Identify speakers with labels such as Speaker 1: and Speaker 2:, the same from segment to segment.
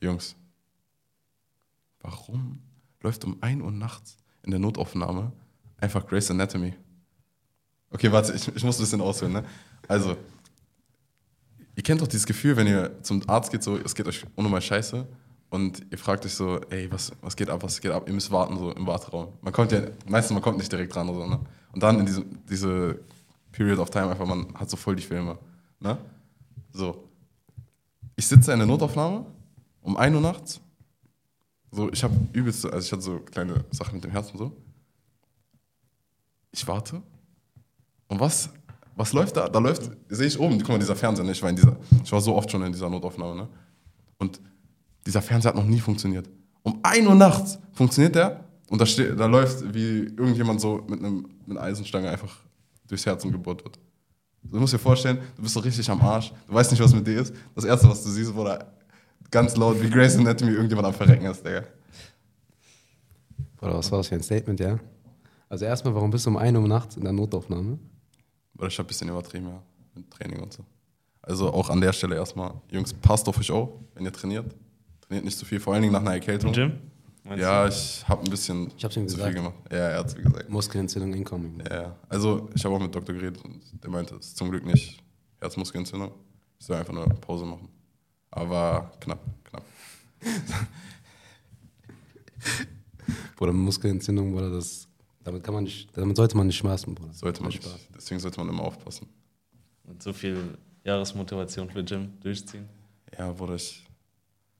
Speaker 1: Jungs, warum läuft um 1 Uhr nachts in der Notaufnahme einfach Grey's Anatomy? Okay, warte, ich, ich muss ein bisschen ausholen. Ne? Also, ihr kennt doch dieses Gefühl, wenn ihr zum Arzt geht, so, es geht euch unnormal scheiße und ihr fragt euch so, ey, was, was geht ab, was geht ab? Ihr müsst warten, so im Warteraum. Man kommt ja, meistens man kommt nicht direkt ran oder so, ne? Und dann in diesem, diese Period of Time einfach, man hat so voll die Filme, ne? So. Ich sitze in der Notaufnahme um 1 Uhr nachts. So, ich habe übelste, also ich hatte so kleine Sachen mit dem Herzen so. Ich warte. Und was, was läuft da? Da läuft, sehe ich oben, guck mal, dieser Fernseher, ne? ich war in dieser, ich war so oft schon in dieser Notaufnahme, ne? Und dieser Fernseher hat noch nie funktioniert. Um 1 Uhr nachts funktioniert der und da, steht, da läuft, wie irgendjemand so mit, einem, mit einer Eisenstange einfach durchs Herz und gebohrt wird. Du musst dir vorstellen, du bist so richtig am Arsch, du weißt nicht, was mit dir ist. Das Erste, was du siehst, wurde ganz laut, wie Grace Anatomy irgendjemand am Verrecken ist, Digga.
Speaker 2: Oder was war das für ein Statement, ja? Also erstmal, warum bist du um 1 Uhr nachts in der Notaufnahme?
Speaker 1: Oder ich hab ein bisschen übertrieben, ja, mit Training und so. Also auch an der Stelle erstmal, Jungs, passt auf euch auf, wenn ihr trainiert. Trainiert nicht zu viel, vor allen Dingen nach einer Erkältung.
Speaker 3: Jim?
Speaker 1: Ja, ich habe ein bisschen
Speaker 2: Ich hab's ihm
Speaker 1: zu
Speaker 2: gesagt.
Speaker 1: viel gemacht. Ja, er hat's mir gesagt.
Speaker 2: Muskelentzündung incoming.
Speaker 1: Ja, ja. also ich habe auch mit Doktor geredet und der meinte, es ist zum Glück nicht Herzmuskelentzündung. Ich soll einfach nur Pause machen. Aber knapp, knapp.
Speaker 2: Bruder, Muskelentzündung, Bruder, das, damit kann man nicht, damit sollte man nicht schmerzen, Bruder.
Speaker 1: Sollte man
Speaker 2: Viel
Speaker 1: nicht, deswegen sollte man immer aufpassen.
Speaker 3: Mit so viel Jahresmotivation für Jim durchziehen.
Speaker 1: Ja, wurde ich.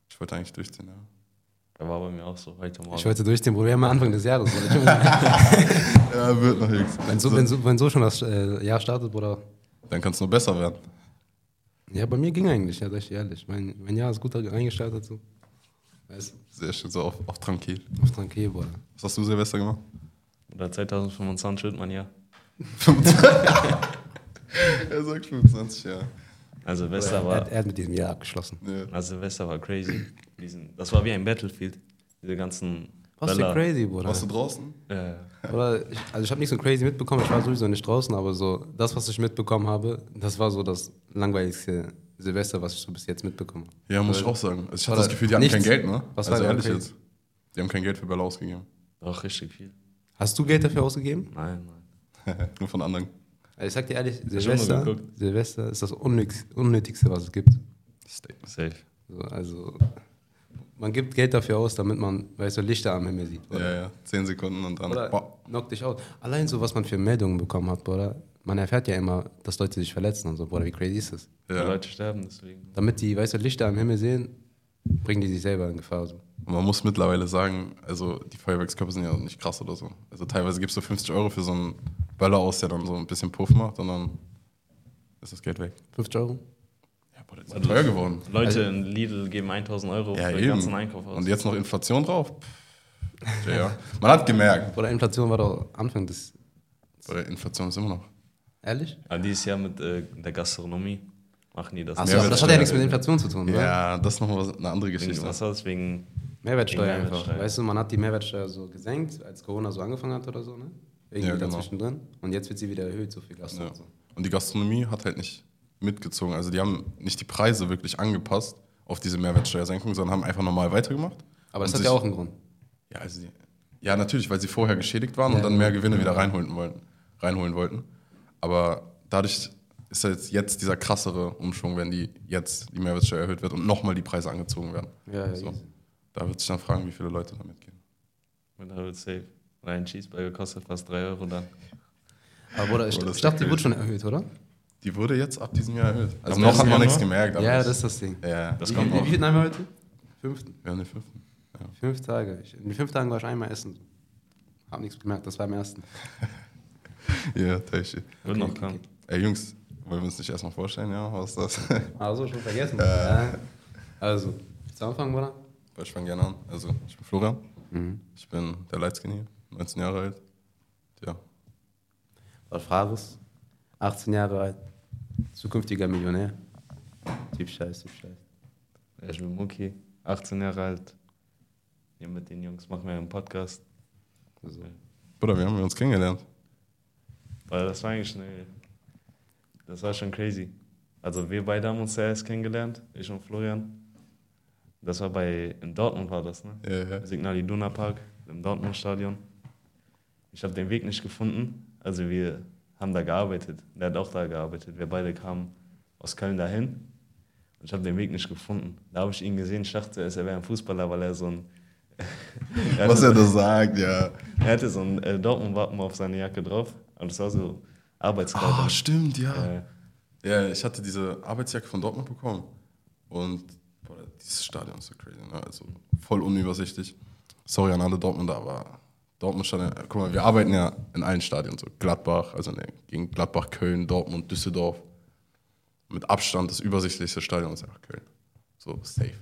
Speaker 1: Ich wollte eigentlich durchziehen, ja.
Speaker 3: Da war bei mir auch so heute Morgen.
Speaker 2: Ich wollte durchziehen, Bruder, wir haben ja Anfang des Jahres. Bruder.
Speaker 1: Ja, wird noch nichts.
Speaker 2: Wenn so, wenn so, wenn so schon das äh, Jahr startet, Bruder.
Speaker 1: Dann kann es nur besser werden.
Speaker 2: Ja, bei mir ging eigentlich, ja, sag ich dir ehrlich. Mein, mein Jahr ist gut eingestartet, so. Weißt du,
Speaker 1: Sehr schön, so auf, auf Tranquil.
Speaker 2: auf Tranquil, Bruder.
Speaker 1: Was hast du Silvester gemacht?
Speaker 3: Oder 2025 wird man ja.
Speaker 1: Er sagt 25, ja.
Speaker 3: Also Silvester
Speaker 2: Er,
Speaker 3: war,
Speaker 2: hat- er hat mit diesem Jahr abgeschlossen.
Speaker 1: Nee.
Speaker 3: also Silvester war crazy. Diesen, das war wie ein Battlefield. Diese ganzen
Speaker 2: Was für
Speaker 3: Böller.
Speaker 2: crazy, Bruder.
Speaker 1: Warst du draußen?
Speaker 3: Äh,
Speaker 2: Oder ich, also ich habe nichts so crazy mitbekommen, ich war sowieso nicht draußen, aber so das, was ich mitbekommen habe, das war so das langweiligste Silvester, was ich so bis jetzt mitbekommen habe.
Speaker 1: Ja, muss ich auch sagen. Also ich hatte
Speaker 2: Oder
Speaker 1: das Gefühl, die haben kein
Speaker 2: nichts.
Speaker 1: Geld, ne?
Speaker 2: Was
Speaker 1: also
Speaker 2: war denn
Speaker 1: ehrlich
Speaker 2: okay?
Speaker 1: jetzt. Die haben kein Geld für Bälle ausgegeben.
Speaker 3: doch richtig viel.
Speaker 2: Hast du Geld dafür ausgegeben?
Speaker 3: Nein, nein.
Speaker 1: nur von anderen.
Speaker 2: Also ich sag dir ehrlich,
Speaker 3: schon mal
Speaker 2: Silvester,
Speaker 3: geguckt.
Speaker 2: Silvester ist das Unnötigste, Unnötigste, was es gibt.
Speaker 1: Statements.
Speaker 3: Safe.
Speaker 2: So, also man gibt Geld dafür aus, damit man, weißt du, Lichter am Himmel sieht. Oder,
Speaker 1: Ja, ja. Zehn Sekunden und dann.
Speaker 2: oder
Speaker 1: Boah.
Speaker 2: knock dich aus. Allein so, was man für Meldungen bekommen hat, oder? Man erfährt ja immer, dass Leute sich verletzen und so, Bruder, wie crazy ist das?
Speaker 3: Die
Speaker 1: Ja.
Speaker 3: Leute sterben deswegen.
Speaker 2: Damit die, weißt du, Lichter am Himmel sehen, bringen die sich selber in Gefahr. So.
Speaker 1: Und man muss mittlerweile sagen, also die Feuerwerkskörper sind ja nicht krass oder so. Also teilweise gibst du 50 Euro für so einen Böller aus, der dann so ein bisschen Puff macht und dann ist das Geld weg.
Speaker 2: 50 Euro?
Speaker 1: Ja, boah, das ist teuer geworden.
Speaker 2: Also-
Speaker 3: Leute in Lidl geben 1000 Euro
Speaker 1: Ja,
Speaker 3: für den
Speaker 1: eben.
Speaker 3: ganzen Einkauf aus.
Speaker 1: Und jetzt noch Inflation drauf? Pff, Ja, man hat gemerkt.
Speaker 2: Oder Inflation war doch Anfang des.
Speaker 1: Boah, Inflation ist immer noch.
Speaker 2: Ehrlich?
Speaker 3: Aber dieses Jahr mit äh, der Gastronomie machen die das.
Speaker 2: Achso,
Speaker 1: Mehrwertsteuer.
Speaker 2: aber das hat ja nichts mit Inflation zu tun, ne? oder?
Speaker 1: Ja, das ist nochmal eine andere
Speaker 3: Wegen,
Speaker 1: Geschichte.
Speaker 3: was war das? Wegen
Speaker 2: Mehrwertsteuer
Speaker 3: Wegen
Speaker 2: einfach.
Speaker 3: Mehrwertsteuer.
Speaker 2: Weißt du, man hat die Mehrwertsteuer so gesenkt, als Corona so angefangen hat oder so, ne? Irgendwie
Speaker 1: Ja, genau.
Speaker 2: dazwischen drin. Und jetzt wird sie wieder erhöht, so viel Gast
Speaker 1: Ja.
Speaker 2: und so.
Speaker 1: Und die Gastronomie hat halt nicht mitgezogen. Also die haben nicht die Preise wirklich angepasst auf diese Mehrwertsteuersenkung, sondern haben einfach normal weitergemacht.
Speaker 2: Aber das
Speaker 1: Und
Speaker 2: hat ja
Speaker 1: sich-
Speaker 2: auch einen Grund.
Speaker 1: Ja, also die, ja, natürlich, weil sie vorher geschädigt waren
Speaker 2: Ja.
Speaker 1: und dann mehr Gewinne wieder reinholen wollten, reinholen wollten. Aber dadurch ist jetzt, jetzt dieser krassere Umschwung, wenn die jetzt die Mehrwertsteuer erhöht wird und nochmal die Preise angezogen werden.
Speaker 2: Ja, ja,
Speaker 1: so.
Speaker 2: easy.
Speaker 1: Da wird sich dann fragen, wie viele Leute damit gehen.
Speaker 3: mit Harold Safe. Weil ein Cheeseburger kostet fast 3 Euro dann.
Speaker 2: Aber Bruder, ich,
Speaker 1: Boah, das
Speaker 2: ich dachte, die
Speaker 1: ist
Speaker 2: wurde schon erhöht, oder?
Speaker 1: Die wurde jetzt ab diesem Jahr erhöht. Also
Speaker 3: Ab
Speaker 1: noch hat
Speaker 3: diesem
Speaker 1: man
Speaker 3: Jahr
Speaker 1: nichts
Speaker 3: noch?
Speaker 1: gemerkt. aber
Speaker 2: Ja,
Speaker 1: es-
Speaker 2: das ist das Ding.
Speaker 1: ja,
Speaker 3: Das
Speaker 1: das
Speaker 2: wie,
Speaker 3: kommt
Speaker 2: wie,
Speaker 3: noch.
Speaker 2: wie viel haben wir heute? Fünf,
Speaker 1: Wir haben den fünften. Ja. ne,
Speaker 2: fünf Tage. Ich, in fünf Tagen war ich einmal essen. Hab nichts gemerkt, das war am ersten.
Speaker 1: Ja, Taishi.
Speaker 3: Wird noch kommen.
Speaker 1: Ey, Jungs, wollen wir uns nicht erstmal vorstellen, ja? Was ist das?
Speaker 2: Also, schon vergessen. Ja. Also, willst du anfangen, Bruder?
Speaker 1: Weil ich fange gerne an. Also, ich bin Florian. Ich bin der Lightskin hier, 19 Jahre alt. Ja,
Speaker 2: Lord Fares, 18 Jahre alt, zukünftiger Millionär. Typ Scheiß, Typ Scheiß.
Speaker 3: Ich bin Muki, 18 Jahre alt. Hier mit den Jungs machen wir einen Podcast.
Speaker 2: Also,
Speaker 1: Bruder, wie haben wir uns kennengelernt?
Speaker 3: Weil das war eigentlich eine, das war schon crazy. Also wir beide haben uns ja erst kennengelernt, ich und Florian. Das war bei, in Dortmund war das, ne?
Speaker 1: Ja, ja.
Speaker 3: Signal Iduna Park im Dortmund Stadion. Ich habe den Weg nicht gefunden. Also wir haben da gearbeitet. Der hat auch da gearbeitet. Wir beide kamen aus Köln dahin. Und ich habe den Weg nicht gefunden. Da habe ich ihn gesehen. Ich dachte zuerst, er wäre ein Fußballer, weil er so ein... er,
Speaker 1: Was
Speaker 3: hatte,
Speaker 1: er da sagt, ja.
Speaker 3: er hatte so ein äh, Dortmund-Wappen auf seine Jacke drauf. Und das war so
Speaker 1: Ah,
Speaker 3: Arbeitskleidung.
Speaker 1: stimmt, ja.
Speaker 3: Äh,
Speaker 1: Ja, ich hatte diese Arbeitsjacke von Dortmund bekommen. Und boah, dieses Stadion ist so crazy, ne? Also voll unübersichtlich. Sorry an alle Dortmunder, aber Dortmund-Stadion, äh, guck mal, wir arbeiten ja in allen Stadien, so Gladbach, also ne, gegen Gladbach, Köln, Dortmund, Düsseldorf. Mit Abstand das übersichtlichste Stadion ist einfach Köln. So, safe.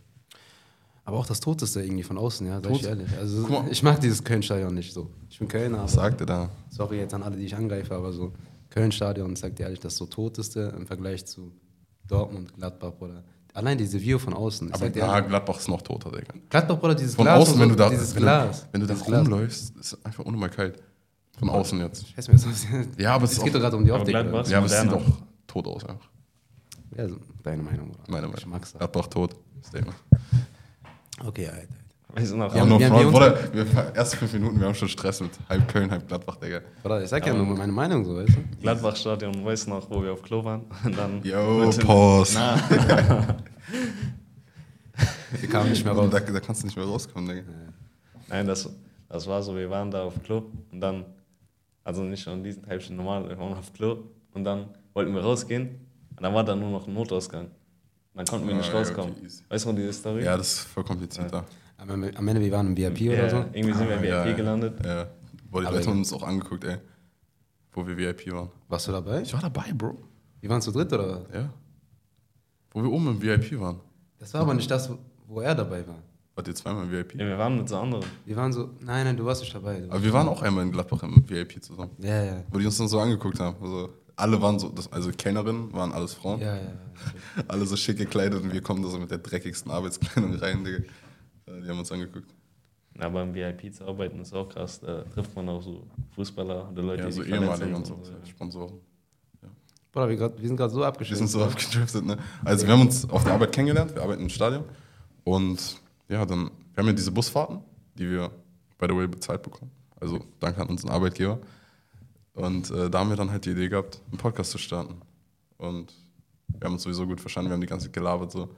Speaker 2: Aber auch das Toteste irgendwie von außen, ja, sag ich
Speaker 1: Tot-
Speaker 2: ehrlich. Also,
Speaker 1: Guck mal.
Speaker 2: ich mag dieses Köln-Stadion nicht so. Ich bin Kölner,
Speaker 1: Was
Speaker 2: aber
Speaker 1: sagt er da?
Speaker 2: sorry jetzt an alle, die ich angreife, aber so Köln-Stadion, sagt dir ehrlich, das so Toteste im Vergleich zu Dortmund, Gladbach oder. Allein diese View von außen. Ich
Speaker 1: Aber
Speaker 2: sag dir
Speaker 1: na,
Speaker 2: ehrlich,
Speaker 1: Gladbach ist noch toter, Digga.
Speaker 2: Gladbach oder dieses
Speaker 1: Von
Speaker 2: Glas. und
Speaker 1: außen, wenn du da,
Speaker 2: Dieses
Speaker 1: wenn
Speaker 2: Glas.
Speaker 1: du, wenn du da
Speaker 2: Dieses Glas.
Speaker 1: rumläufst, ist einfach unnormal kalt. Von außen jetzt.
Speaker 2: Scheiß mir, das ist-
Speaker 1: Ja, aber es
Speaker 2: es
Speaker 1: ist
Speaker 2: geht
Speaker 1: auch-
Speaker 2: doch gerade um die
Speaker 3: Aber
Speaker 2: Optik.
Speaker 3: Gladbach-
Speaker 2: oder?
Speaker 1: Ja, aber es sieht
Speaker 3: moderner.
Speaker 1: doch tot aus einfach.
Speaker 2: Ja, also, deine Meinung, oder?
Speaker 1: Meine Meinung.
Speaker 2: Geschmackssache.
Speaker 1: Gladbach tot. Statement.
Speaker 2: Okay, Alter.
Speaker 3: weißt du noch,
Speaker 1: Ja, nur
Speaker 2: wir haben
Speaker 1: Frauen.
Speaker 2: wir
Speaker 1: Bruder, wir fahren erst fünf Minuten, wir haben schon Stress mit halb Köln, halb Gladbach, Digga.
Speaker 2: Oder ich sag ja nur meine Meinung so, weißt du?
Speaker 3: Gladbach-Stadion, weißt du noch, wo wir auf Klo waren? Und dann
Speaker 1: Yo,
Speaker 3: mit dem-
Speaker 1: Pause.
Speaker 2: Wir kamen nicht mehr raus.
Speaker 1: Da, da kannst du nicht mehr rauskommen, Digga.
Speaker 3: Nein, das, das war so, wir waren da auf Klo und dann, also nicht an diesen Halbstunden normal, wir waren auf Klo und dann wollten wir rausgehen und dann war da nur noch ein Notausgang. Dann konnten wir
Speaker 1: Ah,
Speaker 3: nicht
Speaker 1: ja,
Speaker 3: rauskommen.
Speaker 1: okay, easy.
Speaker 3: weißt du noch diese Story?
Speaker 1: Ja, das ist voll kompliziert da.
Speaker 2: Am Ende, am Ende, wir waren im VIP
Speaker 3: Ja,
Speaker 2: oder so.
Speaker 3: Irgendwie sind wir im
Speaker 1: Ah, ja,
Speaker 3: VIP gelandet.
Speaker 1: Ja. Boah, die
Speaker 2: Aber
Speaker 1: Leute
Speaker 2: egal.
Speaker 1: haben uns auch angeguckt, ey. Wo wir VIP waren.
Speaker 2: Warst du dabei?
Speaker 1: Ich war dabei, Bro.
Speaker 2: Wir waren zu dritt oder was?
Speaker 1: Ja. Wo wir oben im VIP waren.
Speaker 2: Das war aber nicht das, wo er dabei war.
Speaker 1: Wart ihr zweimal im VIP?
Speaker 3: Ja, wir waren mit so anderen.
Speaker 2: Wir waren so, nein, nein, du warst nicht dabei.
Speaker 1: Aber wir waren auch einmal in Gladbach im VIP zusammen.
Speaker 2: Ja, ja.
Speaker 1: Wo die uns dann so angeguckt haben. Also, alle waren so, das, also Kellnerinnen waren alles Frauen.
Speaker 2: Ja, ja, ja.
Speaker 1: Alle so schick gekleidet und wir kommen da so mit der dreckigsten Arbeitskleidung rein, Digga. Äh, Die haben uns angeguckt.
Speaker 3: Aber im VIP zu arbeiten ist auch krass. Da trifft man auch so Fußballer oder Leute,
Speaker 1: Ja, so
Speaker 3: die verletzt
Speaker 1: ehemalige
Speaker 3: sind
Speaker 1: und so.
Speaker 3: Ja.
Speaker 1: Sponsoren.
Speaker 2: Bruder, wir, grad, wir sind gerade so
Speaker 1: Wir sind
Speaker 2: abgeschlossen.
Speaker 1: so abgedriftet, ne? Also, wir haben uns auf der Arbeit kennengelernt, wir arbeiten im Stadion. Und ja, dann, wir haben ja diese Busfahrten, die wir, by the way, bezahlt bekommen. Also, danke an unseren Arbeitgeber. Und äh, da haben wir dann halt die Idee gehabt, einen Podcast zu starten. Und wir haben uns sowieso gut verstanden, wir haben die ganze Zeit gelabert so.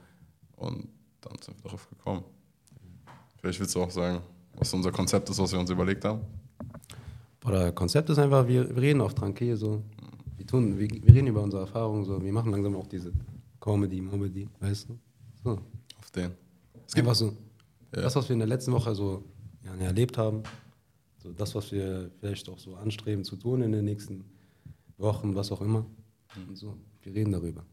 Speaker 1: Und dann sind wir darauf gekommen. Vielleicht willst du auch sagen, was unser Konzept ist, was wir uns überlegt haben.
Speaker 2: Bruder, Konzept ist einfach, wir, wir reden auf Tranquil so. Wir, tun, wir, wir reden über unsere Erfahrungen so. Wir machen langsam auch diese Comedy, Comedy, weißt du? So.
Speaker 1: Auf den. Es
Speaker 2: Es
Speaker 1: gibt
Speaker 2: gibt was so.
Speaker 1: Ja.
Speaker 2: Das, was wir in der letzten Woche so ja, ne, erlebt haben, so das, was wir vielleicht auch so anstreben zu tun in den nächsten Wochen, was auch immer. Und so, wir reden darüber.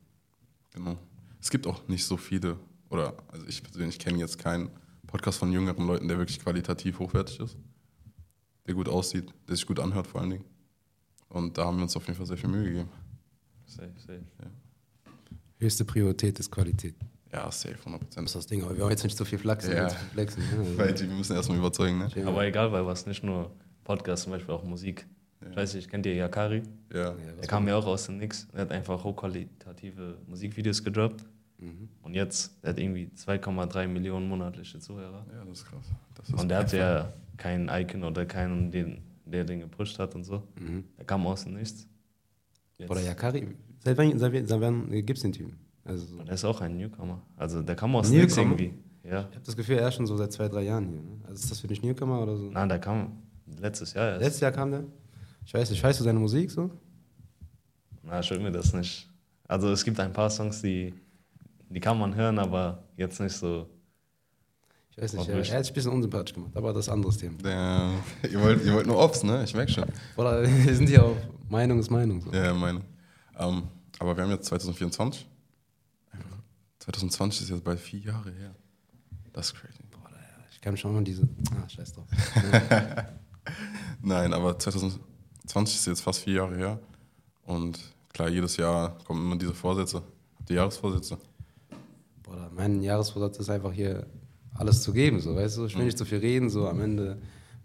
Speaker 1: Genau. Es gibt auch nicht so viele, oder also ich persönlich kenne jetzt keinen Podcast von jüngeren Leuten, der wirklich qualitativ hochwertig ist, der gut aussieht, der sich gut anhört vor allen Dingen. Und da haben wir uns auf jeden Fall sehr viel Mühe gegeben.
Speaker 3: Safe, safe.
Speaker 2: Höchste Priorität ist Qualität.
Speaker 1: Ja, safe,
Speaker 2: Das
Speaker 1: 100%.
Speaker 2: ist das Ding, aber wir wollen jetzt nicht zu viel flachsen.
Speaker 1: Ja.
Speaker 2: jetzt Flexen, ne?
Speaker 1: Weil die, wir müssen erstmal überzeugen, ne?
Speaker 2: Ja.
Speaker 3: Aber egal, weil was, nicht nur Podcast, zum Beispiel auch Musik. Ich weiß nicht, kennt ihr Yakari?
Speaker 1: Ja.
Speaker 2: Ja,
Speaker 3: Er kam ja auch aus dem Nix. Er hat einfach hochqualitative Musikvideos gedroppt.
Speaker 2: Mhm,
Speaker 3: Und jetzt, er hat irgendwie 2,3 Millionen monatliche Zuhörer.
Speaker 1: Ja, das ist krass. Das ist
Speaker 3: und der hatte
Speaker 1: einfach-
Speaker 3: ja keinen Icon oder keinen, den, der den gepusht hat und so. Er kam aus dem Nichts. Jetzt.
Speaker 2: mhm. Oder Yakari, seit wann, seit, wann- seit wann gibt es den Typen? Also, so.
Speaker 3: Und
Speaker 2: ich
Speaker 3: er ist auch ein Newcomer. Also der kam aus dem Nix
Speaker 2: Newcomer?
Speaker 3: irgendwie. Ja.
Speaker 2: habe das Gefühl, er ist schon so seit zwei, drei Jahren hier. Ne? Also ist das für dich Newcomer oder so?
Speaker 3: Nein, der kam letztes Jahr erst.
Speaker 2: Letztes Jahr kam der. Ich weiß nicht, weißt du seine Musik so?
Speaker 3: Na, ich will mir das nicht. Also es gibt ein paar Songs, die, die kann man hören, aber jetzt nicht so.
Speaker 2: Ich weiß nicht,
Speaker 3: Auch
Speaker 2: er,
Speaker 3: nicht.
Speaker 2: er hat sich ein bisschen unsympathisch gemacht, aber das ist ein anderes Thema.
Speaker 1: Der, ihr, wollt, ihr wollt nur Ops, ne? Ich merke schon.
Speaker 2: Oder wir sind hier auch Meinung ist Meinung. So.
Speaker 1: Ja, meine. Ähm, aber wir haben jetzt 2024. Einfach- 2020 ist jetzt bald vier Jahre her. Das ist crazy.
Speaker 2: Boah, da- ja, ich kann schon mal diese. Ah, scheiß drauf.
Speaker 1: Nein, aber 2020 ist jetzt fast vier Jahre her. Und klar, jedes Jahr kommen immer diese Vorsätze. Die Jahresvorsätze.
Speaker 2: Boah, da- mein Jahresvorsatz ist einfach hier alles zu geben, so, weißt du? Ich
Speaker 1: Mhm.
Speaker 2: will nicht zu viel reden, so am Ende,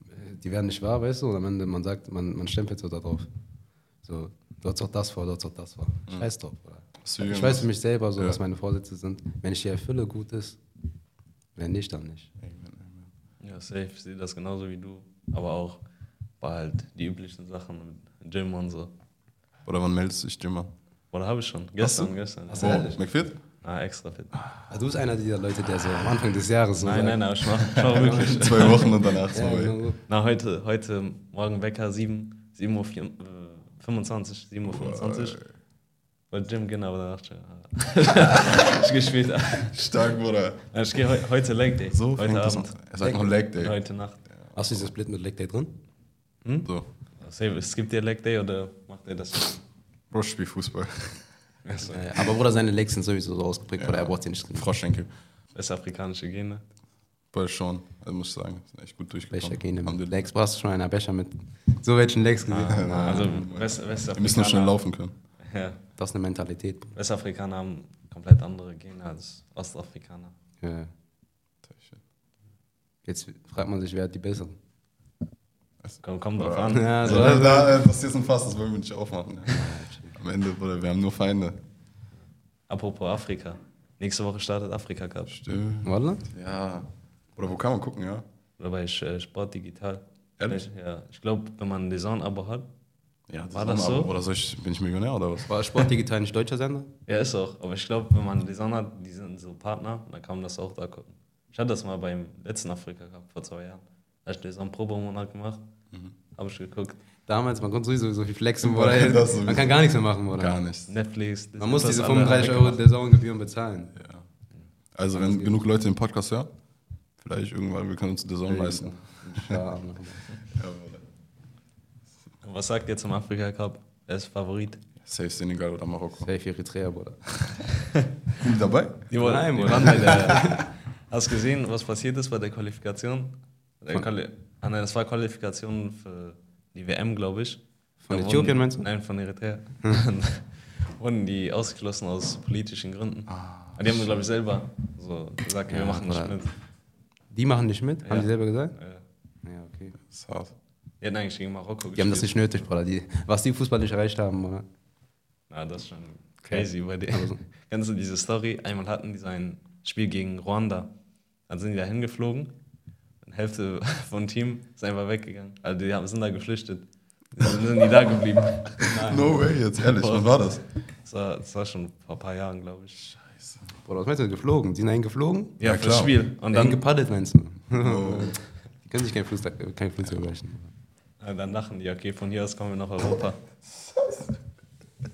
Speaker 2: äh, die werden nicht wahr, weißt du? Und am Ende, man sagt, man, man stempelt so da drauf. So, du hast auch das vor, du hast auch das vor. Scheiß drauf, oder?
Speaker 1: Hast du
Speaker 2: Ich
Speaker 1: irgendwas-
Speaker 2: weiß für mich selber so,
Speaker 1: Mhm. genau. Ja.
Speaker 2: was meine Vorsätze sind. Wenn ich die erfülle, gut ist. Wenn nicht, dann nicht.
Speaker 1: Amen, amen.
Speaker 3: Ja, safe, ich sehe das genauso wie du. Aber auch war halt die üblichen Sachen mit Gym und so.
Speaker 1: Oder wann meldest du dich, Jimmer?
Speaker 3: Oder habe ich schon? Gestern,
Speaker 1: du?
Speaker 3: gestern.
Speaker 2: Hast
Speaker 1: Oh,
Speaker 2: du- ehrlich?
Speaker 1: McFit?
Speaker 3: Ah, extra fit.
Speaker 2: Also du bist einer dieser Leute, der so am Anfang des Jahres so
Speaker 3: Nein,
Speaker 2: sagt,
Speaker 3: nein, aber ich mach, ich mach wirklich.
Speaker 1: Zwei Wochen und danach
Speaker 2: Ja,
Speaker 1: sorry.
Speaker 2: genau so.
Speaker 3: Na, heute, heute Morgen Wecker 7, 7 Uhr vier- äh, 25, 7 Uhr 25. Bei Gym gehen, aber danach schon. ich geh später.
Speaker 1: Stark, Bruder.
Speaker 3: Nein, Ich gehe heu heute Leg Day.
Speaker 1: So fängt
Speaker 3: heute
Speaker 1: das
Speaker 3: Abend.
Speaker 1: an. Er sagt noch Leg
Speaker 3: Und
Speaker 1: Day.
Speaker 3: Heute Nacht.
Speaker 2: Hast du diesen Split mit Leg Day drin?
Speaker 1: So.
Speaker 3: Safe, es gibt dir Leg Day oder macht ihr das?
Speaker 1: Bro, ich spiel Fußball.
Speaker 3: Achso,
Speaker 2: Äh, aber Bruder, seine Legs sind sowieso so ausgeprägt,
Speaker 1: Ja.
Speaker 2: oder er braucht sie nicht drin.
Speaker 1: Froschenkel.
Speaker 3: ist afrikanische Gene.
Speaker 1: Weil schon, also muss ich sagen, sind echt gut durchgekommen.
Speaker 2: Becher gehen
Speaker 1: Haben
Speaker 2: mit
Speaker 1: die-
Speaker 2: Legs. Warst du schon einer Becher mit Ah, so welchen Legs gesehen?
Speaker 3: Also West Westafrikaner.
Speaker 1: Wir müssen noch schnell laufen können.
Speaker 3: Ja.
Speaker 2: Das ist eine Mentalität. Bruder.
Speaker 3: Westafrikaner haben komplett andere Gene als Ostafrikaner.
Speaker 2: Ja. Äh, Jetzt fragt man sich, wer hat die besseren?
Speaker 3: Komm, kommt drauf an.
Speaker 2: Ja,
Speaker 1: Also,
Speaker 2: so.
Speaker 1: da, da, das ist ein Fass, das wollen wir nicht aufmachen. Am Ende, Bruder, wir haben nur Feinde.
Speaker 3: Apropos Afrika. Nächste Woche startet Afrika Cup.
Speaker 1: Stimmt.
Speaker 2: Warte.
Speaker 1: Ja. Oder wo kann man gucken, ja?
Speaker 3: Oder bei Sch- äh, Sport Digital.
Speaker 1: Ehrlich?
Speaker 3: Ja. Ich glaube, wenn man ein Design-Abo hat,
Speaker 1: Ja, das
Speaker 3: War
Speaker 1: ist
Speaker 3: das
Speaker 1: ein Abo.
Speaker 3: so?
Speaker 1: Oder soll ich, bin ich Millionär oder was?
Speaker 2: War Sport Digital nicht deutscher Sender?
Speaker 3: ja, ist auch. Aber ich glaube, wenn man ein Design hat, die sind so Partner, dann kann man das auch da gucken. Ich hatte das mal beim letzten Afrika Cup vor zwei Jahren. Da habe ich einen Probemonat gemacht,
Speaker 2: Mhm.
Speaker 3: habe ich geguckt.
Speaker 2: Damals, man konnte sowieso so viel flexen,
Speaker 1: Bruder,
Speaker 2: Bruder.
Speaker 1: das sowieso.
Speaker 2: Man kann gar nichts mehr machen, Bruder.
Speaker 1: Gar nichts.
Speaker 3: Netflix. Disney
Speaker 2: Man muss
Speaker 3: Plus,
Speaker 2: diese
Speaker 3: alle
Speaker 2: 35 Euro
Speaker 3: weggemacht.
Speaker 2: der Sauengebühren bezahlen.
Speaker 1: Ja. Also, wenn genug Leute den Podcast hören, vielleicht irgendwann, wir können uns eine Saison leisten.
Speaker 2: Ja,
Speaker 1: Ja, Bruder.
Speaker 3: Was sagt ihr zum Afrika Cup? Wer ist Favorit?
Speaker 1: Safe Senegal oder Marokko.
Speaker 2: Safe Eritrea, Bruder.
Speaker 1: Cool dabei?
Speaker 3: Die wollen,
Speaker 2: Nein,
Speaker 3: die
Speaker 2: Bruder.
Speaker 3: waren bei der, hast du gesehen, was passiert ist bei der Qualifikation? Der
Speaker 2: Von-
Speaker 3: Quali ah, nein, das war Qualifikation für die WM, glaube ich.
Speaker 2: Von
Speaker 3: Da
Speaker 2: Äthiopien
Speaker 3: wurden-
Speaker 2: meinst du? Hm.
Speaker 3: Nein, von Eritrea. Dann wurden die ausgeschlossen aus politischen Gründen. Aber die haben, glaube ich, selber so gesagt,
Speaker 2: Ah, Ja,
Speaker 3: wir machen nicht
Speaker 2: Bruder.
Speaker 3: mit.
Speaker 2: Die machen nicht mit, haben
Speaker 3: Ja.
Speaker 2: die selber gesagt?
Speaker 3: Äh,
Speaker 2: Ja, okay.
Speaker 1: Das ist hart.
Speaker 3: Die hatten eigentlich gegen Marokko
Speaker 2: Die haben das nicht nötig, Bruder. Die, was die Fußball nicht erreicht haben, Bruder.
Speaker 3: Na, das ist schon crazy bei denen.
Speaker 2: Also-
Speaker 3: Kennst du diese Story? Einmal hatten die sein Spiel gegen Ruanda. Dann sind die da hingeflogen. Dann Hälfte vom Team ist einfach weggegangen. Also die haben, sind da geflüchtet. Dann sind die da geblieben.
Speaker 1: No way, jetzt ehrlich, wann war das?
Speaker 3: Das war, das war schon vor ein paar Jahren, glaube ich.
Speaker 2: Bruder, was meinst du, geflogen? Die sind eingeflogen?
Speaker 1: Ja,
Speaker 3: Ja, fürs
Speaker 1: klar.
Speaker 3: Spiel. Und
Speaker 2: dann
Speaker 3: dann,
Speaker 2: gepaddelt, meinst du?
Speaker 1: Oh.
Speaker 2: Die können sich kein Flugzeug, äh, kein Flugzeug erreichen.
Speaker 3: äh, dann lachen die, okay, von hier aus kommen wir nach Europa.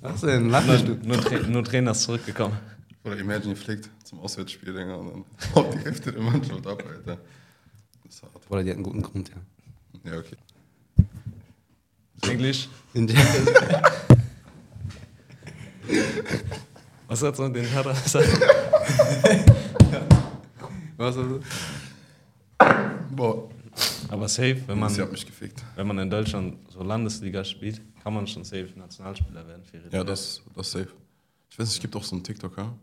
Speaker 2: Was denn?
Speaker 3: Nur,
Speaker 2: Lachstück.
Speaker 3: nur, Tra nur Trainer ist zurückgekommen.
Speaker 1: Oder imagine, ihr fliegt zum Auswärtsspiel länger und dann haut die Hälfte der Mannschaft ab, Alter. Das ist hart.
Speaker 2: Bruder, die hatten guten Grund, ja.
Speaker 1: Ja, okay.
Speaker 3: Englisch.
Speaker 2: In der-
Speaker 3: Was hat's mit den Herren?
Speaker 2: was also?
Speaker 1: Boah,
Speaker 3: Aber safe, wenn man.
Speaker 1: sie hat mich gefickt.
Speaker 3: Wenn man in Deutschland so Landesliga spielt, kann man schon safe Nationalspieler werden. Für Eritrea.
Speaker 1: Ja, das, das safe. Ich weiß nicht, es gibt auch so einen TikToker.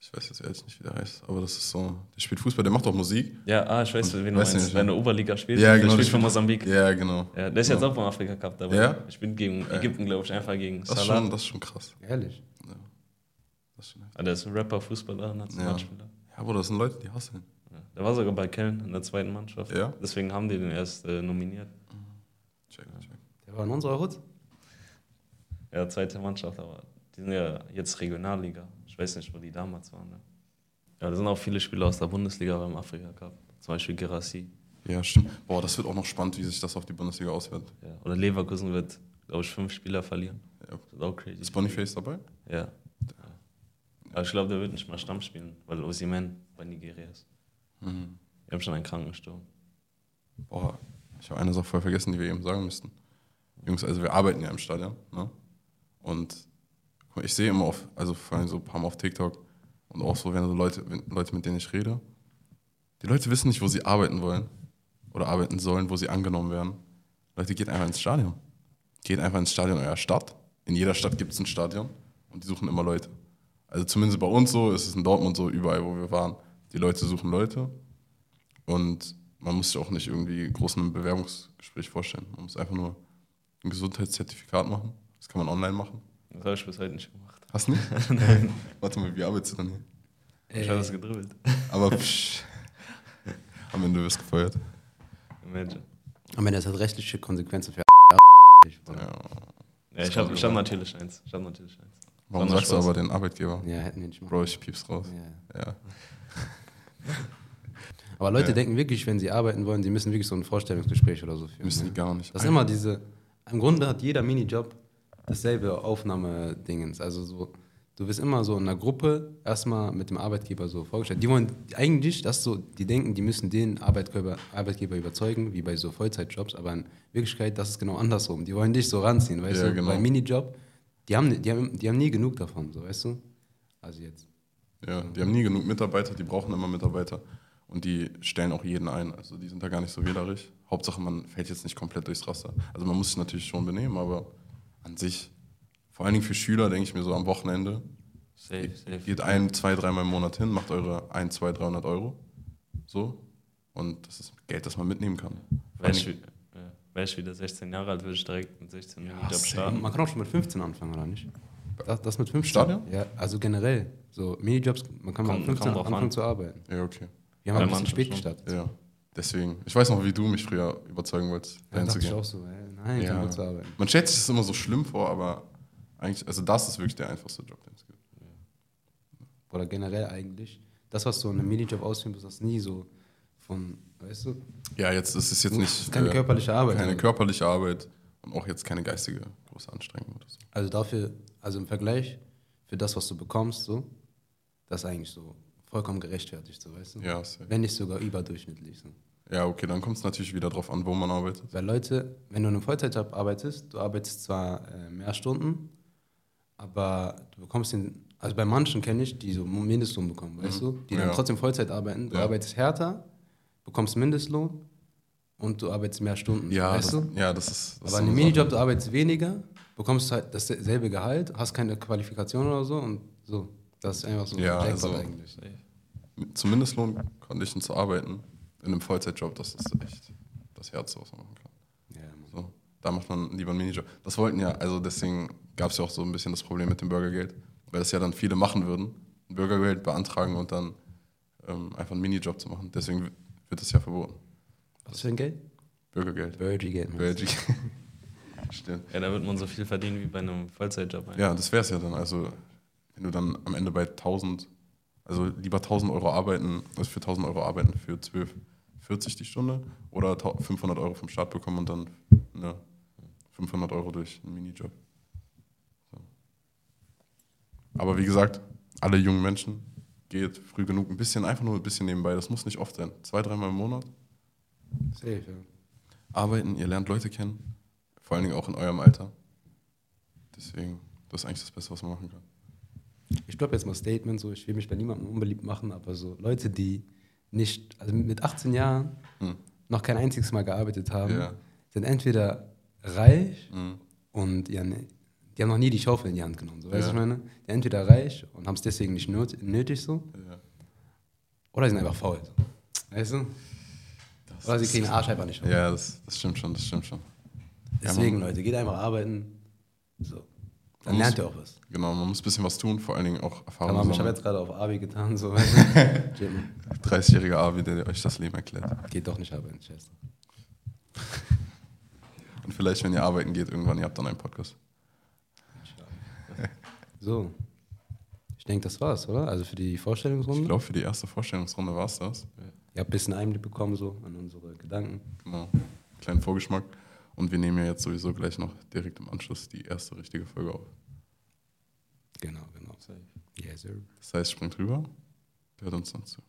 Speaker 1: Ich weiß jetzt ehrlich nicht, wie der heißt, aber das ist so. Der spielt Fußball, der macht auch Musik.
Speaker 3: Ja, ah, ich weiß, wen du
Speaker 1: Weiß
Speaker 3: meinst.
Speaker 1: nicht,
Speaker 3: Wenn
Speaker 1: ja.
Speaker 3: der Oberliga spielt,
Speaker 1: Ja,
Speaker 3: der
Speaker 1: genau,
Speaker 3: spielt
Speaker 1: der
Speaker 3: für
Speaker 1: spielt-
Speaker 3: Mosambik. Ja.
Speaker 1: Ja, genau.
Speaker 3: der ist jetzt auch beim Afrika Cup dabei.
Speaker 1: Ja?
Speaker 3: Er spielt gegen Ägypten, glaube ich, einfach gegen
Speaker 1: Das ist,
Speaker 3: Salah.
Speaker 1: schon, das ist schon krass.
Speaker 2: Ehrlich.
Speaker 1: Das ist schon echt-
Speaker 3: Ah, der ist ein Rapper, Fußballer, Nationalspieler.
Speaker 1: ja, aber das sind Leute, die hasseln.
Speaker 3: Ja. Der war sogar bei Köln in der zweiten Mannschaft.
Speaker 1: Ja?
Speaker 3: Deswegen haben die den erst äh, nominiert.
Speaker 1: Check, check.
Speaker 2: Der war in unserer Hut.
Speaker 3: Ja, zweite Mannschaft, aber die sind ja jetzt Regionalliga. Ich weiß nicht, wo die damals waren. Ne? Ja, da sind auch viele Spieler aus der Bundesliga beim Afrika Cup. Zum Beispiel Gerassi.
Speaker 1: Ja, stimmt. Boah, das wird auch noch spannend, wie sich das auf die Bundesliga auswirkt.
Speaker 3: Ja. Oder Leverkusen wird, glaube ich, fünf Spieler verlieren.
Speaker 1: Ja.
Speaker 3: Das ist auch crazy.
Speaker 1: Ist Boniface dabei?
Speaker 3: Ja. Aber ich glaube, der wird nicht mal Stamm spielen, weil Osimhen bei Nigeria ist.
Speaker 1: Mhm.
Speaker 3: Wir haben schon einen Krankensturm.
Speaker 1: Boah, ich habe eine Sache voll vergessen, die wir eben sagen müssten. Jungs, also wir arbeiten ja im Stadion, ne? Und guck mal, ich sehe immer auf, also vor allem so ein paar Mal auf TikTok und auch so, wenn so Leute, wenn Leute, mit denen ich rede, die Leute wissen nicht, wo sie arbeiten wollen oder arbeiten sollen, wo sie angenommen werden. Leute, geht einfach ins Stadion. Geht einfach ins Stadion eurer Stadt. In jeder Stadt gibt es ein Stadion und die suchen immer Leute. Also zumindest bei uns so, es ist in Dortmund so, überall, wo wir waren. Die Leute suchen Leute und man muss sich auch nicht irgendwie groß ein Bewerbungsgespräch vorstellen. Man muss einfach nur ein Gesundheitszertifikat machen. Das kann man online machen.
Speaker 3: Das habe ich bis heute nicht gemacht.
Speaker 1: Hast du nicht? Warte mal, wie arbeitest du dann hier?
Speaker 3: Äh. Ich habe das gedribbelt.
Speaker 1: Aber psch, Am Ende wirst du gefeuert.
Speaker 3: Imagine.
Speaker 2: Am Ende, das hat rechtliche Konsequenzen für
Speaker 1: Ja.
Speaker 3: Ja, ich
Speaker 1: kommt
Speaker 3: habe ich hab
Speaker 1: überall.
Speaker 3: natürlich eins. Ich habe natürlich eins.
Speaker 1: Warum
Speaker 3: Sondern
Speaker 1: sagst du
Speaker 3: Spaß.
Speaker 1: aber den Arbeitgeber?
Speaker 2: Ja, hätten wir nicht machen.
Speaker 1: Bro, ich piep's raus.
Speaker 2: Ja.
Speaker 1: Ja.
Speaker 2: Aber Leute
Speaker 1: Ja.
Speaker 2: denken wirklich, wenn sie arbeiten wollen, sie müssen wirklich so ein Vorstellungsgespräch oder so führen.
Speaker 1: Müssen
Speaker 2: ne?
Speaker 1: die gar nicht.
Speaker 2: Das ist immer diese. Im Grunde hat jeder Minijob dasselbe Aufnahmedingens. Also so, du bist immer so in einer Gruppe erstmal mit dem Arbeitgeber so vorgestellt. Die wollen eigentlich, dass so, die denken, die müssen den Arbeitgeber, Arbeitgeber überzeugen, wie bei so Vollzeitjobs, aber in Wirklichkeit, das ist genau andersrum. Die wollen dich so ranziehen, weißt
Speaker 1: Ja,
Speaker 2: du?
Speaker 1: genau.
Speaker 2: Bei Minijob, die haben, die, haben, die haben nie genug davon, so weißt du? Also jetzt.
Speaker 1: Ja, die haben nie genug Mitarbeiter, die brauchen immer Mitarbeiter. Und die stellen auch jeden ein. Also die sind da gar nicht so wählerig. Hauptsache, man fällt jetzt nicht komplett durchs Raster. Also man muss sich natürlich schon benehmen, aber an sich, vor allen Dingen für Schüler, denke ich mir so am Wochenende,
Speaker 3: Safe, safe.
Speaker 1: geht ein, zwei, dreimal im Monat hin, macht eure ein, zwei, 300 Euro. So. Und das ist Geld, das man mitnehmen kann. Vor
Speaker 3: Wäre
Speaker 1: allen
Speaker 3: ich,
Speaker 1: Dingen-
Speaker 3: wie- ja. Wär ich wieder 16 Jahre alt, würde ich direkt mit 16 ja, Job
Speaker 1: safe.
Speaker 3: starten.
Speaker 2: Man kann auch schon mit 15 anfangen, oder nicht? Das, das mit 15?
Speaker 1: Stadion?
Speaker 2: Ja, also generell. So Minijobs, man kann mal
Speaker 3: Kommt-
Speaker 2: mit 15
Speaker 3: kommt drauf
Speaker 2: anfangen
Speaker 3: an.
Speaker 2: zu arbeiten.
Speaker 1: Ja, okay.
Speaker 2: Wir haben
Speaker 3: Ja,
Speaker 2: ein bisschen
Speaker 3: Mannschaft
Speaker 2: spät
Speaker 3: schon.
Speaker 2: gestartet.
Speaker 1: Ja. Deswegen. Ich weiß noch, wie du mich früher überzeugen wolltest,
Speaker 2: Ja,
Speaker 1: dahin zu
Speaker 2: dachte ich
Speaker 1: gehen.
Speaker 2: auch so, ey. Nein,
Speaker 1: Ja.
Speaker 2: kann gut zu arbeiten.
Speaker 1: Man stellt sich das immer so schlimm vor, aber eigentlich, also das ist wirklich der einfachste Job, den es gibt.
Speaker 2: Oder generell eigentlich. Das, was du in einem Minijob ausführen musst, das nie so von, weißt du,
Speaker 1: Ja, jetzt es ist jetzt
Speaker 2: Das
Speaker 1: nicht äh,
Speaker 2: ist keine körperliche Arbeit.
Speaker 1: keine
Speaker 2: Also.
Speaker 1: körperliche Arbeit und auch jetzt keine geistige große Anstrengung oder so.
Speaker 2: also dafür, also im Vergleich für das, was du bekommst, so, das ist eigentlich so vollkommen gerechtfertigt, so, weißt du?
Speaker 1: Ja, safe.
Speaker 2: Wenn nicht sogar überdurchschnittlich. So.
Speaker 1: ja okay, dann kommt es natürlich wieder drauf an, wo man arbeitet.
Speaker 2: Weil Leute, wenn du in einem Vollzeitjob arbeitest, du arbeitest zwar äh, mehr Stunden, aber du bekommst den, also bei manchen kenne ich, die so Mindestlohn bekommen, weißt du? Die dann
Speaker 1: Mhm. Ja.
Speaker 2: trotzdem Vollzeit arbeiten. Du
Speaker 1: Ja.
Speaker 2: arbeitest härter, bekommst Mindestlohn und du arbeitest mehr Stunden,
Speaker 1: Ja,
Speaker 2: weißt
Speaker 1: das,
Speaker 2: du?
Speaker 1: ja, das ist. Das
Speaker 2: Aber
Speaker 1: ist
Speaker 2: in einem
Speaker 1: eine
Speaker 2: Minijob, du arbeitest weniger, bekommst halt dasselbe Gehalt, hast keine Qualifikation oder so und so. Das ist einfach so
Speaker 1: Ja,
Speaker 2: Jackpot
Speaker 1: also-
Speaker 2: eigentlich.
Speaker 1: Sache. Zum Mindestlohnkondition zu arbeiten in einem Vollzeitjob, das ist echt das Herz, was man machen kann.
Speaker 2: Ja, Mann.
Speaker 1: So, da macht man lieber einen Minijob. Das wollten ja, also deswegen gab es ja auch so ein bisschen das Problem mit dem Bürgergeld, weil das ja dann viele machen würden, ein Bürgergeld beantragen und dann ähm, einfach einen Minijob zu machen. Deswegen wird das ja verboten.
Speaker 2: Was für ein Geld?
Speaker 1: Bürgergeld.
Speaker 2: Virgin-Geld. meinst du?
Speaker 1: Bürgergeld. Stimmt.
Speaker 3: Ja, da wird man so viel verdienen wie bei einem Vollzeitjob. eigentlich.
Speaker 1: Ja, das wäre es ja dann. Also, wenn du dann am Ende bei 1000, also lieber 1000 Euro arbeiten, also für 1000 Euro arbeiten für 12,40 die Stunde oder 1000 500 Euro vom Staat bekommen und dann ne, 500 Euro durch einen Minijob. So. Aber wie gesagt, alle jungen Menschen geht früh genug ein bisschen, einfach nur ein bisschen nebenbei. Das muss nicht oft sein. Zwei, dreimal im Monat
Speaker 2: Safe, ja.
Speaker 1: arbeiten, ihr lernt Leute kennen, vor allen Dingen auch in eurem Alter. Deswegen, das ist eigentlich das Beste, was man machen kann.
Speaker 2: ich glaube jetzt mal Statement, so ich will mich bei niemandem unbeliebt machen, aber so Leute, die nicht, also mit 18 Jahren
Speaker 1: Hm.
Speaker 2: noch kein einziges Mal gearbeitet haben,
Speaker 1: Ja.
Speaker 2: sind entweder reich
Speaker 1: Mhm.
Speaker 2: und ihren, die haben noch nie die Schaufel in die Hand genommen, so weißt du,
Speaker 1: Ja.
Speaker 2: was ich meine? Die sind entweder reich und haben es deswegen nicht not, nötig so,
Speaker 1: Ja.
Speaker 2: oder sind einfach faul, so. weißt du? Oder sie kriegen den Arsch einfach nicht hoch.
Speaker 1: Ja, das, das stimmt schon, das stimmt schon.
Speaker 2: Deswegen,
Speaker 1: man-
Speaker 2: Leute, geht einfach arbeiten, so.
Speaker 1: Man
Speaker 2: Dann
Speaker 1: muss-
Speaker 2: lernt ihr auch was.
Speaker 1: Genau, man muss ein bisschen was tun, vor allen Dingen auch
Speaker 2: Kann man,
Speaker 1: Erfahrung
Speaker 2: ich habe
Speaker 1: sammeln.
Speaker 2: jetzt gerade auf Abi getan, so. weißt du? Chill mal.
Speaker 1: 30-jähriger Avi, der euch das Leben erklärt.
Speaker 2: Geht doch nicht arbeiten, scheiße.
Speaker 1: Und vielleicht, wenn ihr arbeiten geht, irgendwann, ihr habt dann einen Podcast.
Speaker 2: So. Ich denke, das war's, oder? Also für die Vorstellungsrunde.
Speaker 1: Ich glaube, für die erste Vorstellungsrunde war es das.
Speaker 2: Ihr habt ein bisschen Einblick bekommen so an unsere Gedanken.
Speaker 1: Genau. Kleinen Vorgeschmack. Und wir nehmen ja jetzt sowieso gleich noch direkt im Anschluss die erste richtige Folge auf.
Speaker 2: Genau, genau.
Speaker 3: Safe.
Speaker 2: Yes, sir.
Speaker 1: Das heißt, springt rüber, hört uns dann zu.